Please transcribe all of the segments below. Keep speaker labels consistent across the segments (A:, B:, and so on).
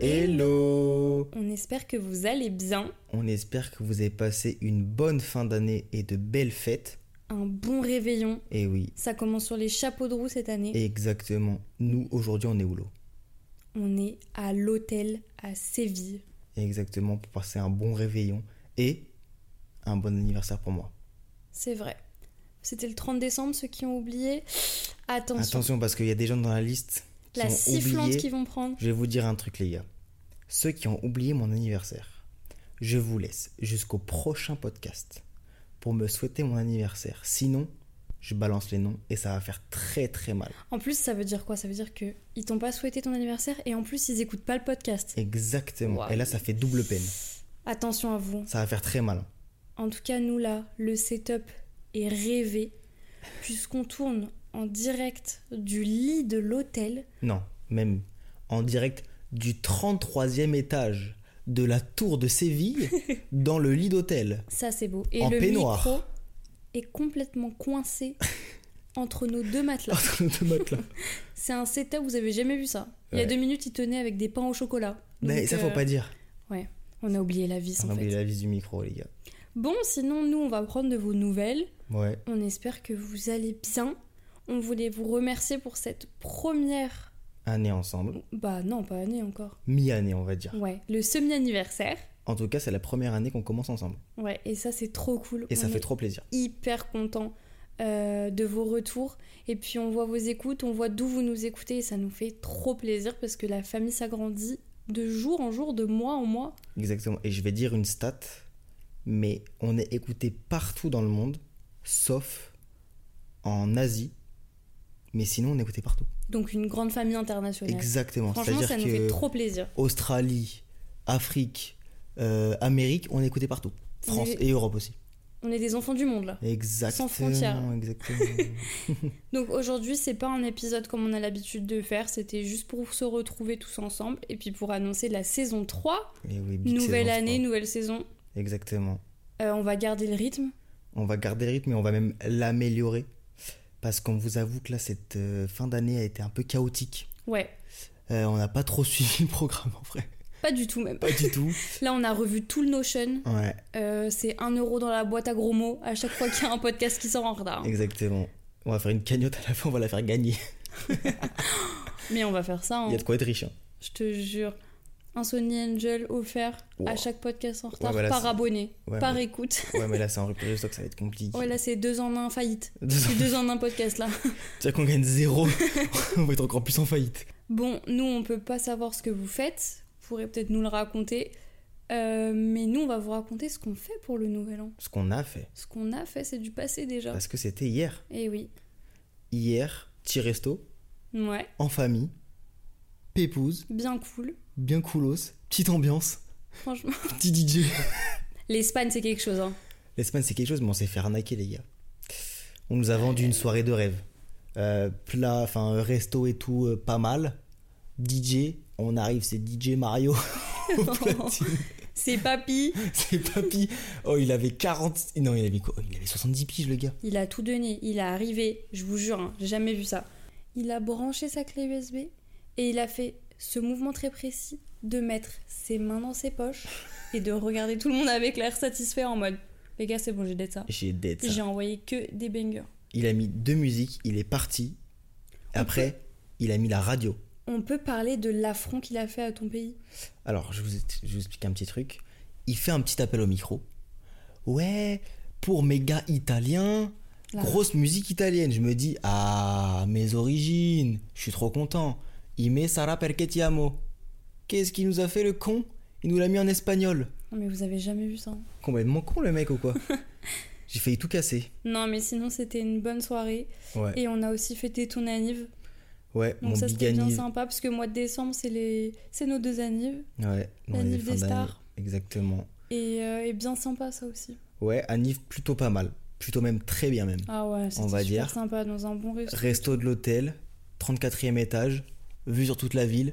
A: Hello
B: On espère que vous allez bien,
A: On espère que vous avez passé une bonne fin d'année et de belles fêtes.
B: un bon réveillon.
A: Et oui,
B: Ça commence sur les chapeaux de roue cette année.
A: exactement. Nous, aujourd'hui, on est houlot.
B: On est à l'hôtel à Séville.
A: Exactement, pour passer un bon réveillon et un bon anniversaire pour moi.
B: C'est vrai. C'était le 30 décembre, ceux qui ont oublié. Attention,
A: Attention, parce qu'il y a des gens dans la liste qui
B: la
A: ont
B: sifflante
A: oublié.
B: qu'ils vont prendre.
A: Je vais vous dire un truc, les gars. Ceux qui ont oublié mon anniversaire, je vous laisse jusqu'au prochain podcast pour me souhaiter mon anniversaire. Sinon, je balance les noms et ça va faire très très mal.
B: En plus, ça veut dire quoi Ça veut dire que ils t'ont pas souhaité ton anniversaire et en plus, ils écoutent pas le podcast.
A: Exactement.
B: Waouh.
A: Et là, ça fait double peine.
B: Attention à vous.
A: Ça va faire très mal.
B: En tout cas, nous là, le setup est rêvé puisqu'on tourne en direct du lit de l'hôtel.
A: Non, même en direct du 33e étage de la tour de Séville dans le lit d'hôtel.
B: Ça, c'est beau. Et
A: En
B: le
A: peignoir.
B: micro est complètement coincé entre nos deux matelas.
A: Entre nos deux matelas.
B: C'est un setup, vous avez jamais vu ça. Il y a
A: Ouais.
B: deux minutes, il tenait avec des pains au chocolat.
A: Mais
B: Donc,
A: ça, faut
B: euh,
A: pas dire.
B: On a oublié la vis,
A: On
B: en
A: a oublié
B: fait.
A: la vis du micro, les gars.
B: Bon, sinon, nous, on va prendre de vos nouvelles.
A: Ouais.
B: On espère que vous allez bien. On voulait vous remercier pour cette première...
A: Année ensemble.
B: Bah non, pas année encore.
A: Mi-année, on va dire.
B: Ouais, le semi-anniversaire.
A: En tout cas, c'est la première année qu'on commence ensemble.
B: Ouais, et ça, c'est trop cool.
A: Et ça
B: On
A: fait
B: est
A: trop plaisir.
B: hyper content euh, de vos retours. Et puis on voit vos écoutes, on voit d'où vous nous écoutez et ça nous fait trop plaisir parce que la famille s'agrandit de jour en jour, de mois en mois.
A: Exactement. Et je vais dire une stat, mais on est écouté partout dans le monde, sauf en Asie. Mais sinon, on est écouté partout.
B: Donc une grande famille internationale.
A: Exactement.
B: Franchement,
A: C'est-à-dire
B: ça nous
A: que
B: fait trop plaisir.
A: Australie, Afrique, euh, Amérique, on est écouté partout. France
B: Mais-
A: et Europe aussi.
B: On est des enfants du monde là.
A: Exactement.
B: frontières.
A: Exactement.
B: Donc aujourd'hui, c'est pas un épisode comme on a l'habitude de faire, c'était juste pour se retrouver tous ensemble et puis pour annoncer la saison 3.
A: Et oui, big
B: Nouvelle
A: saison,
B: année,
A: je
B: nouvelle saison.
A: crois. Exactement.
B: Euh, on va garder le rythme.
A: On va garder le rythme et on va même l'améliorer. Parce qu'on vous avoue que là, cette euh, fin d'année a été un peu chaotique.
B: Ouais,
A: Euh, on n'a pas trop suivi le programme en vrai.
B: pas du tout même.
A: Pas du tout.
B: Là, on a revu tout le Notion.
A: Ouais,
B: Euh, c'est un euro dans la boîte à gros mots à chaque fois qu'il y a un podcast qui sort en retard.
A: exactement. On va faire une cagnotte à la fin, on va la faire gagner.
B: Mais on va faire ça, hein.
A: Il y a de quoi être riche. hein.
B: je te jure. Un Sony Angel offert à
A: Wow.
B: chaque podcast en retard
A: Ouais, bah là,
B: par
A: c'est-
B: abonné,
A: Ouais,
B: par
A: mais...
B: écoute.
A: ouais, mais là, c'est en rupture de stock, ça va être compliqué.
B: Ouais, Oh là c'est deux en un faillite.
A: Deux ans.
B: C'est deux en un podcast là.
A: C'est-à-dire qu'on gagne zéro, on va être encore plus en faillite.
B: Bon, nous on peut pas savoir ce que vous faites, vous pourrez peut-être nous le raconter. Euh, mais nous on va vous raconter ce qu'on fait pour le nouvel an.
A: Ce qu'on a fait,
B: Ce qu'on a fait, c'est du passé déjà.
A: parce que c'était hier.
B: Et oui.
A: Hier, petit resto,
B: Ouais,
A: en famille, pépouze,
B: bien cool.
A: bien coolos, petite ambiance,
B: Franchement.
A: petit DJ.
B: L'Espagne c'est quelque chose, hein.
A: L'Espagne, c'est quelque chose, mais on s'est fait arnaquer, les gars. On nous a vendu une soirée de rêve. Euh, plat, enfin, euh, resto et tout, euh, pas mal. DJ, on arrive, c'est DJ Mario. au platine.
B: c'est papy,
A: c'est papy. Oh, il avait 40. Non, il avait quoi Oh, Il avait 70 piges, le gars.
B: Il a tout donné, il est arrivé, je vous jure, hein, j'ai jamais vu ça. Il a branché sa clé USB et il a fait ce mouvement très précis de mettre ses mains dans ses poches et de regarder tout le monde avec l'air satisfait en mode Les gars, c'est bon, j'ai d'être ça.
A: J'ai dead. ça.
B: J'ai envoyé que des bangers.
A: Il a mis deux musiques, il est parti. Après, il a mis la radio.
B: On peut parler de l'affront qu'il a fait à ton pays.
A: Alors, je vous, je vous explique un petit truc. Il fait un petit appel au micro. Ouais, pour mes gars italiens,
B: La-
A: grosse musique italienne. Je me dis, ah, mes origines, je suis trop content. Il met Sara perché ti amo. Qu'est-ce qu'il nous a fait le con Il nous l'a mis en espagnol.
B: Non, mais vous avez jamais vu ça. hein.
A: Complètement con le mec ou quoi J'ai failli tout casser.
B: Non, mais sinon, c'était une bonne soirée.
A: Ouais,
B: Et on a aussi fêté ton anniv.
A: ouais,
B: Donc,
A: mon
B: ça,
A: big
B: c'était bien
A: anniv.
B: sympa parce que mois de décembre, c'est les... c'est nos deux annives.
A: Ouais, non,
B: L'anniv
A: les fins
B: des
A: d'année.
B: stars.
A: Exactement.
B: Et, euh, et bien sympa, ça aussi.
A: Ouais, anniv plutôt pas mal. Plutôt même très bien même.
B: Ah ouais, c'était
A: va
B: super
A: dire.
B: sympa dans un bon resto.
A: Resto de l'hôtel, 34e étage, vue sur toute la ville,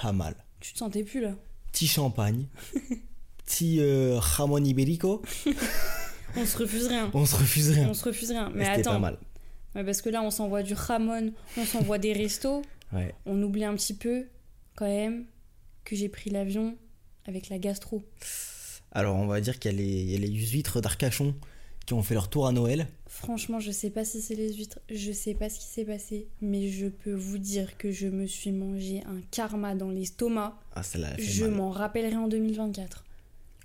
A: pas mal.
B: Tu te sentais plus là.
A: Petit champagne, petit euh, jamon ibérico,
B: On se refuse rien.
A: on se refuse rien.
B: On se refuse rien.
A: Mais
B: Mais
A: C'était
B: attends,
A: pas mal.
B: Ouais, parce que là on s'envoie du ramon, on s'envoie des restos,
A: Ouais.
B: on oublie un petit peu quand même que j'ai pris l'avion avec la gastro.
A: Alors, on va dire qu'il y, a les- il y a les huîtres d'Arcachon qui ont fait leur tour à Noël.
B: Franchement, je sais pas si c'est les huîtres, je sais pas ce qui s'est passé, mais je peux vous dire que je me suis mangé un karma dans l'estomac.
A: Ah, celle-là, elle fait
B: Je
A: mal.
B: m'en rappellerai en 2024.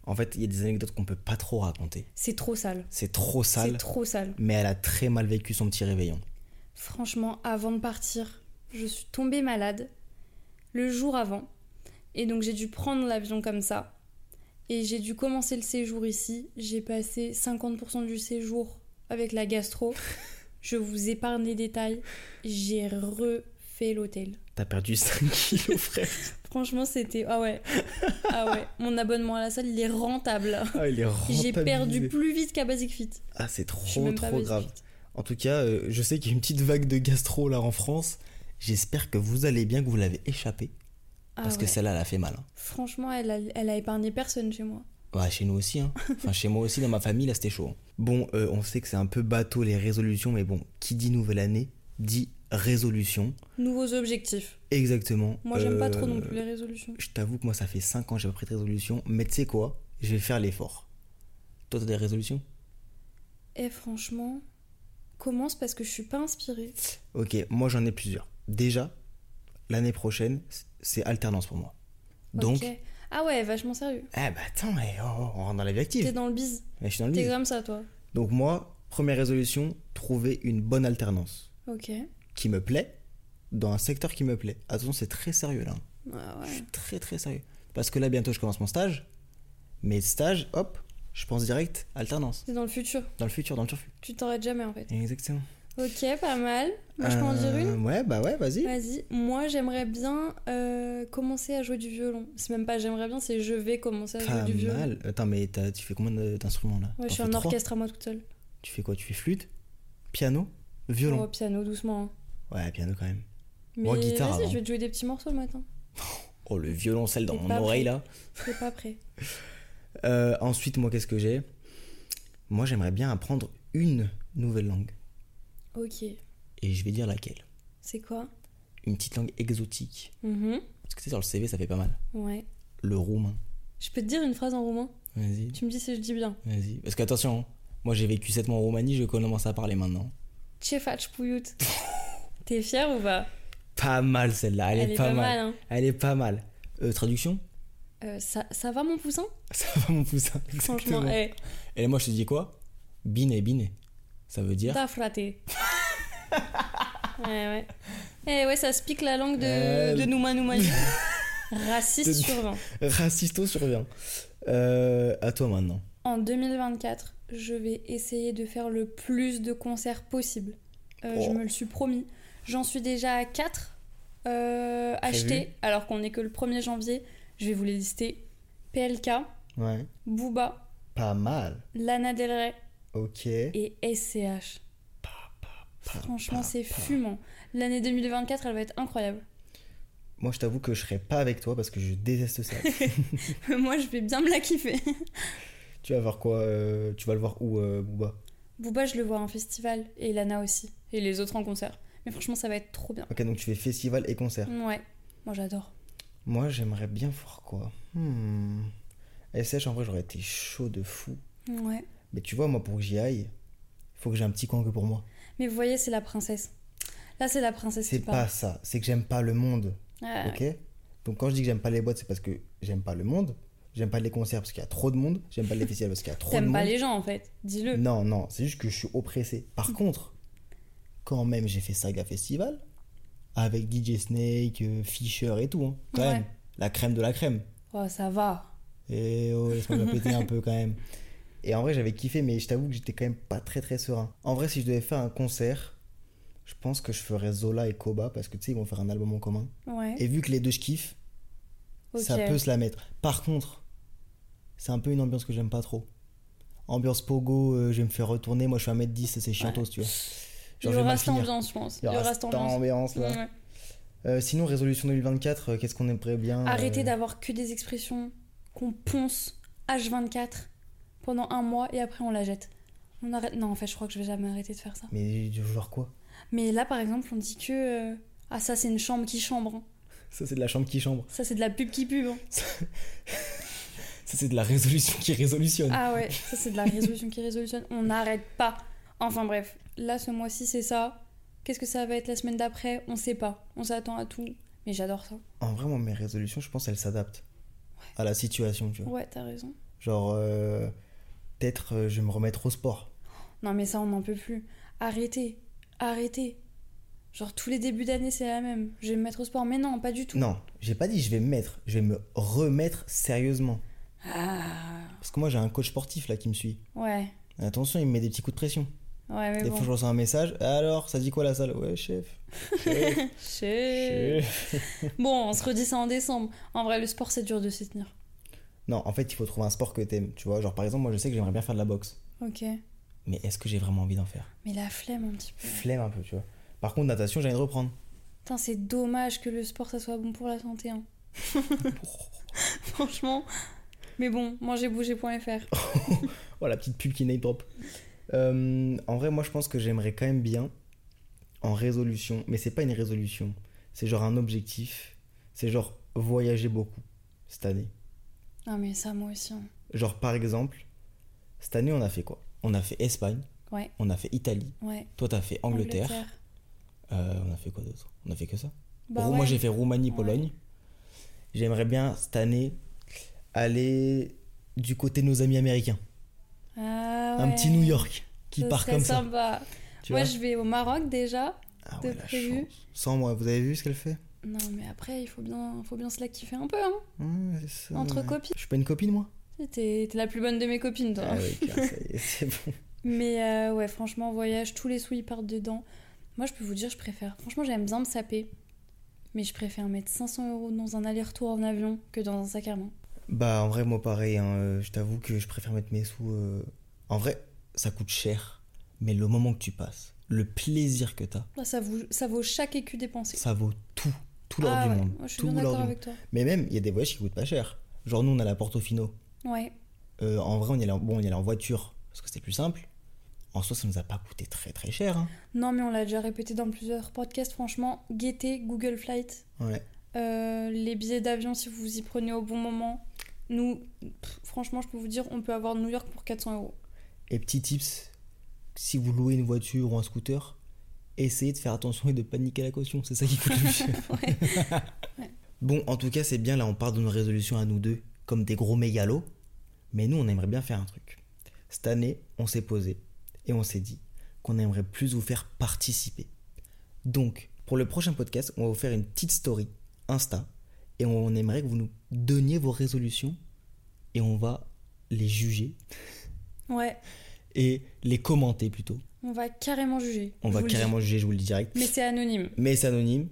A: En fait, il y a des anecdotes qu'on peut pas trop raconter.
B: C'est trop sale.
A: C'est trop
B: C'est
A: sale,
B: trop sale.
A: mais elle a très mal vécu son petit réveillon.
B: Franchement, avant de partir, je suis tombée malade le jour avant. Et donc j'ai dû prendre l'avion comme ça. Et j'ai dû commencer le séjour ici. J'ai passé 50% du séjour avec la gastro. Je vous épargne les détails. J'ai refait l'hôtel.
A: T'as perdu 5 kilos, frère.
B: Franchement, c'était. Ah ouais. Ah ouais. Mon abonnement à la salle, il est rentable.
A: Ah, il est
B: J'ai perdu
A: rentabilisé.
B: plus vite qu'à Basic Fit.
A: Ah, c'est
B: Je suis
A: trop,
B: même pas
A: trop
B: Basic
A: grave.
B: Fit.
A: En tout cas, euh, je sais qu'il y a une petite vague de gastro là en France. J'espère que vous allez bien, que vous l'avez échappé.
B: Ah
A: Parce que
B: ouais.
A: celle-là, elle a fait mal. hein.
B: Franchement, elle a, elle a épargné personne chez moi.
A: Bah, chez nous aussi. Hein. Enfin, chez moi aussi, dans ma famille, là, c'était chaud. hein. Bon, euh, on sait que c'est un peu bateau les résolutions, mais bon, qui dit nouvelle année dit résolution.
B: Nouveaux objectifs.
A: Exactement.
B: Moi, j'aime pas trop
A: Euh,
B: non plus les résolutions.
A: Je t'avoue que moi, ça fait 5 ans que j'ai pas pris de résolution, mais tu sais quoi Je vais faire l'effort. Toi, t'as des résolutions
B: Et Eh, franchement, commence parce que je suis pas inspirée.
A: Ok, moi j'en ai plusieurs. Déjà, l'année prochaine, c'est alternance pour moi. Donc,
B: Ok. Ah ouais, vachement sérieux.
A: eh bah attends, mais oh, on rentre dans la vie
B: T'es
A: active.
B: dans le bise.
A: Mais je suis dans le
B: T'es
A: bise.
B: comme ça, toi.
A: Donc moi, première résolution, trouver une bonne alternance
B: Ok.
A: qui me plaît, dans un secteur qui me plaît. Attention, c'est très sérieux là.
B: Ah
A: Je
B: ouais.
A: suis très très sérieux. Parce que là, bientôt, je commence mon stage. Mais stage, hop, je pense direct, alternance.
B: T'es dans le futur.
A: Dans le futur, dans le turfu.
B: Tu t'arrêtes jamais en fait.
A: Exactement.
B: Ok, pas mal. Moi, Ah, je peux en dire une
A: Euh, Ouais, bah ouais, vas-y.
B: Vas-y, moi j'aimerais bien euh, commencer à jouer du violon. C'est même pas j'aimerais bien, c'est je vais commencer à jouer
A: Pas
B: du violon.
A: mal. Attends, mais t'as- tu fais combien de- d'instruments là
B: Moi je
A: T'en
B: suis
A: fais
B: en
A: trois
B: orchestre à moi toute seule.
A: Tu fais quoi Tu fais flûte, piano,
B: Oh,
A: violon.
B: piano doucement. hein.
A: Ouais, piano quand même.
B: Mais
A: Moi, guitare, hein.
B: vas-y,
A: avant.
B: je vais te jouer des petits morceaux le matin.
A: Oh, le violoncelle dans
B: T'es
A: mon
B: pas
A: oreille
B: prêt.
A: là.
B: C'est pas prêt.
A: Euh, ensuite, moi, qu'est-ce que j'ai Moi, j'aimerais bien apprendre une nouvelle langue.
B: Ok,
A: Et je vais dire laquelle.
B: c'est quoi
A: Une petite langue exotique.
B: Mhm.
A: Parce que tu sais, sur le CV, ça fait pas mal.
B: Ouais.
A: Le roumain.
B: Je peux te dire une phrase en roumain
A: Vas-y,
B: Tu me dis si je dis bien.
A: vas-y. Parce qu'attention, hein, moi, j'ai vécu 7 mois en Roumanie, je commence à parler maintenant.
B: Ce faci, puiut T'es fier ou pas
A: Pas mal celle-là, elle, est pas, mal.
B: hein.
A: Elle est pas mal. Euh, traduction
B: Euh, ça, ça va mon poussin
A: Ça va, mon poussin.
B: Franchement,
A: Exactement.
B: eh,
A: Et moi, je te dis quoi Bine, bine. Ça veut dire.
B: t'as fraté. ouais, ouais. Eh ouais, ça se pique la langue de,
A: Euh,
B: de Nouma Nouma. Raciste
A: de-
B: sur 20.
A: Racisto survient. Euh, à toi maintenant.
B: En 2024, je vais essayer de faire le plus de concerts possible. Euh, Je
A: Oh.
B: me le suis promis. J'en suis déjà à 4 achetés, alors qu'on n'est que le 1er janvier. Je vais vous les lister. PLK,
A: Ouais.
B: Booba,
A: Pas mal.
B: Lana Del Rey
A: Ok.
B: et SCH. Franchement, c'est fumant. L'année 2024, elle va être incroyable.
A: Moi, je t'avoue que je serai pas avec toi parce que je déteste ça.
B: Moi, je vais bien me la kiffer.
A: tu vas voir quoi euh, Tu vas le voir où, euh, Booba
B: Booba, je le vois en festival et Lana aussi. Et les autres en concert. Mais franchement, ça va être trop bien.
A: Ok, donc tu fais festival et concert.
B: Ouais, moi j'adore.
A: Moi, j'aimerais bien voir quoi Hmm. SH, en vrai, j'aurais été chaud de fou.
B: Ouais.
A: Mais tu vois, moi, pour que j'y aille, faut que j'ai un petit coin que pour moi.
B: Mais vous voyez, c'est la princesse. Là, c'est la princesse qui
A: C'est pas
B: parle.
A: ça. C'est que j'aime pas le monde.
B: Ah,
A: Ok Donc quand je dis que j'aime pas les boîtes, c'est parce que j'aime pas le monde. J'aime pas les concerts parce qu'il y a trop de monde. J'aime pas les festivals parce qu'il y a trop de
B: T'aimes pas
A: monde.
B: les gens, en fait. Dis-le.
A: Non, non, c'est juste que je suis oppressé. Par contre, quand même, j'ai fait Saga Festival avec DJ Snake, euh, Fisher et tout. hein. Quand
B: Ouais.
A: même, la crème de la crème.
B: Oh, ça va.
A: Et oh, laisse-moi me la péter un peu quand même. Et en vrai, j'avais kiffé, mais je t'avoue que j'étais quand même pas très très serein. En vrai, si je devais faire un concert, je pense que je ferais Zola et Koba parce que tu sais, ils vont faire un album en commun.
B: Ouais.
A: Et vu que les deux je kiffe,
B: Ok.
A: ça peut se la mettre. Par contre, c'est un peu une ambiance que j'aime pas trop. Ambiance pogo, euh, je vais me faire retourner. Moi, je suis 1m10, c'est chiantos, tu vois. Genre,
B: Il y
A: je vais
B: aura
A: mal
B: cette
A: finir.
B: ambiance, je pense. Il y aura cette
A: cette
B: ambiance. Mm.
A: ambiance là.
B: Ouais.
A: Euh, sinon, résolution 2024, euh, qu'est-ce qu'on aimerait bien
B: Arrêtez
A: euh,
B: d'avoir que des expressions qu'on ponce H24 pendant un mois et après on la jette. On arrête. Non, en fait, je crois que je vais jamais arrêter de faire ça.
A: Mais genre quoi
B: Mais là, par exemple, on dit que. euh, Ah, ça, c'est une chambre qui chambre. hein.
A: Ça, c'est de la chambre qui chambre.
B: Ça, c'est de la pub qui pub. hein.
A: Ça, c'est de la résolution qui résolutionne.
B: Ah ouais, ça, c'est de la résolution qui résolutionne. On n'arrête pas. Enfin bref, là, ce mois-ci, c'est ça. Qu'est-ce que ça va être la semaine d'après On sait pas. On s'attend à tout. Mais j'adore ça.
A: En vraiment, mes résolutions, je pense, elles s'adaptent à la situation, tu vois.
B: Ouais, t'as raison.
A: Genre, euh, peut-être euh, je vais me remettre au sport.
B: Non, mais ça, on n'en peut plus. Arrêtez. Arrêtez. Genre, tous les débuts d'année, c'est la même. Je vais me mettre au sport. Mais non, pas du tout.
A: Non, j'ai pas dit je vais me mettre, je vais me remettre sérieusement.
B: Ah.
A: Parce que moi, j'ai un coach sportif là qui me suit.
B: Ouais.
A: Attention, il me met des petits coups de pression.
B: Ouais, mais
A: Des
B: bon.
A: fois, je reçois un message. Alors, ça dit quoi la salle Ouais, chef. Chef.
B: Chez-
A: chef.
B: Bon, on se redit ça en décembre. En vrai, le sport, c'est dur de s'y tenir.
A: Non, en fait, il faut trouver un sport que t'aimes. Tu vois, genre par exemple, moi, je sais que j'aimerais bien faire de la boxe.
B: Ok.
A: Mais est-ce que j'ai vraiment envie d'en faire
B: Mais la flemme, un petit peu.
A: Flemme un peu, tu vois. Par contre, natation, j'ai envie de reprendre.
B: Putain, c'est dommage que le sport, ça soit bon pour la santé. hein. Franchement. Mais bon, mangerbouger.fr.
A: Oh, la petite pub qui name drop. Euh, en vrai, moi, je pense que j'aimerais quand même bien, en résolution, mais c'est pas une résolution, c'est genre un objectif, c'est genre voyager beaucoup cette année.
B: Non, mais ça, moi aussi. hein.
A: Genre, par exemple, cette année, on a fait quoi On a fait Espagne,
B: Ouais.
A: on a fait Italie,
B: Ouais.
A: toi, t'as fait Angleterre, Euh, on a fait quoi d'autre On a fait que ça
B: Bah
A: Rou-
B: ouais.
A: Moi, j'ai fait Roumanie,
B: Ouais.
A: Pologne. J'aimerais bien, cette année, aller du côté de nos amis américains.
B: Ah
A: Un
B: ouais.
A: petit New York qui
B: Ça
A: part
B: serait
A: comme ça.
B: sympa.
A: tu
B: Moi,
A: vois
B: je vais au Maroc déjà.
A: Ah
B: de
A: ouais, la
B: prévu.
A: chance. Sans moi, vous avez vu ce qu'elle fait
B: Non, mais après, il faut bien, faut bien se la kiffer un peu. Hein.
A: Hum, c'est ça,
B: Entre
A: ouais.
B: copines.
A: Je suis pas une copine, moi
B: T'es t'es la plus bonne de mes copines, toi.
A: Ah oui, tiens, ça y est, c'est bon.
B: Mais euh, ouais, franchement, voyage, tous les sous ils partent dedans. Moi, je peux vous dire, je préfère. Franchement, j'aime bien me saper. Mais je préfère mettre 500 euros dans un aller-retour en avion que dans un sac à main.
A: Bah, en vrai, moi, pareil. hein, euh, je t'avoue que je préfère mettre mes sous. euh, En vrai, ça coûte cher. Mais le moment que tu passes, le plaisir que t'as,
B: Là, ça, vaut, ça vaut chaque écu dépensé.
A: ça vaut tout. Tout l'or
B: Ah
A: du
B: ouais,
A: monde.
B: moi, je suis
A: tout
B: bien
A: l'or
B: d'accord
A: du
B: avec toi.
A: monde. Mais même, il y a des voyages qui coûtent pas cher. Genre, nous, on a la Portofino.
B: Ouais,
A: Euh, en vrai, on y allait en, bon, on y allait en voiture parce que c'était plus simple. En soi, ça nous a pas coûté très très cher. hein.
B: Non, mais on l'a déjà répété dans plusieurs podcasts, franchement, guettez Google Flight.
A: Ouais.
B: Euh, les billets d'avion, si vous vous y prenez au bon moment. Nous, pff, franchement, je peux vous dire, on peut avoir New York pour 400 euros.
A: Et petit tips, si vous louez une voiture ou un scooter, essayez de faire attention et de paniquer la caution, c'est ça qui coûte le plus cher.
B: Ouais.
A: Bon, en tout cas, c'est bien, là on part de nos résolutions à nous deux, comme des gros mégalos, mais nous on aimerait bien faire un truc. Cette année, on s'est posé et on s'est dit qu'on aimerait plus vous faire participer. Donc, pour le prochain podcast, on va vous faire une petite story Insta et on aimerait que vous nous donniez vos résolutions et on va les juger
B: Ouais,
A: et les commenter plutôt.
B: on va carrément juger.
A: On
B: je
A: va
B: vous le dis.
A: carrément juger, je vous le dis direct.
B: Mais c'est anonyme.
A: Mais c'est anonyme.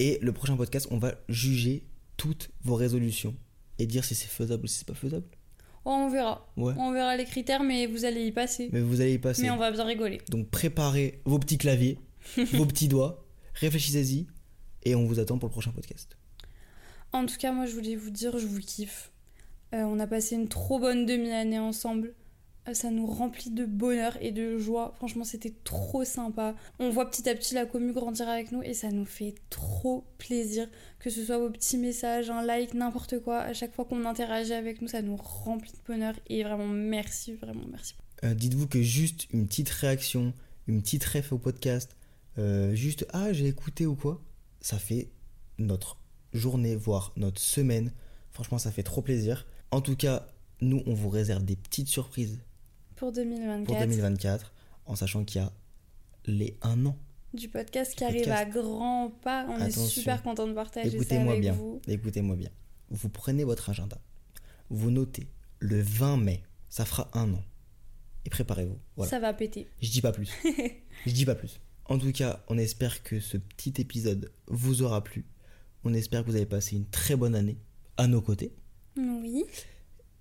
A: Et le prochain podcast, on va juger toutes vos résolutions et dire si c'est faisable ou si c'est pas faisable.
B: Oh, on verra.
A: Ouais.
B: On verra les critères, mais vous allez y passer.
A: Mais vous allez y passer.
B: Mais on va bien rigoler.
A: Donc préparez vos petits claviers, vos petits doigts, réfléchissez-y et on vous attend pour le prochain podcast.
B: En tout cas, moi, je voulais vous dire, je vous kiffe. Euh, on a passé une trop bonne demi-année ensemble. Euh, Ça nous remplit de bonheur et de joie. Franchement, c'était trop sympa. On voit petit à petit la commu grandir avec nous et ça nous fait trop plaisir. Que ce soit vos petits messages, un like, n'importe quoi. À chaque fois qu'on interagit avec nous, ça nous remplit de bonheur. Et vraiment, merci, vraiment, merci.
A: Euh, Dites-vous que juste une petite réaction, une petite ref au podcast, euh, juste ah j'ai écouté ou quoi, ça fait notre journée, voire notre semaine. Franchement, ça fait trop plaisir. En tout cas, nous, on vous réserve des petites surprises
B: Pour
A: pour
B: 2024,
A: 2024, en sachant qu'il y a les 1 an.
B: du podcast qui
A: Podcast.
B: arrive à grands pas. On
A: Attention.
B: est super content de partager ça
A: Écoutez-moi
B: avec
A: bien.
B: vous.
A: Écoutez-moi bien. Vous prenez votre agenda, vous notez le 20 mai, ça fera un an. Et préparez-vous. Voilà.
B: Ça va péter.
A: Je dis pas plus. Je dis pas plus. En tout cas, on espère que ce petit épisode vous aura plu. On espère que vous avez passé une très bonne année à nos côtés.
B: oui.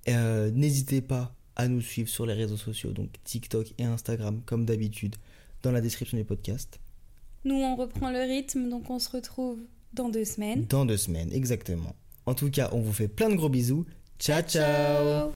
A: Euh, N'hésitez pas à nous suivre sur les réseaux sociaux, donc TikTok et Instagram, comme d'habitude, dans la description du podcast.
B: Nous, on reprend le rythme, donc on se retrouve dans deux semaines.
A: Dans deux semaines, exactement. En tout cas, on vous fait plein de gros bisous. ciao, ciao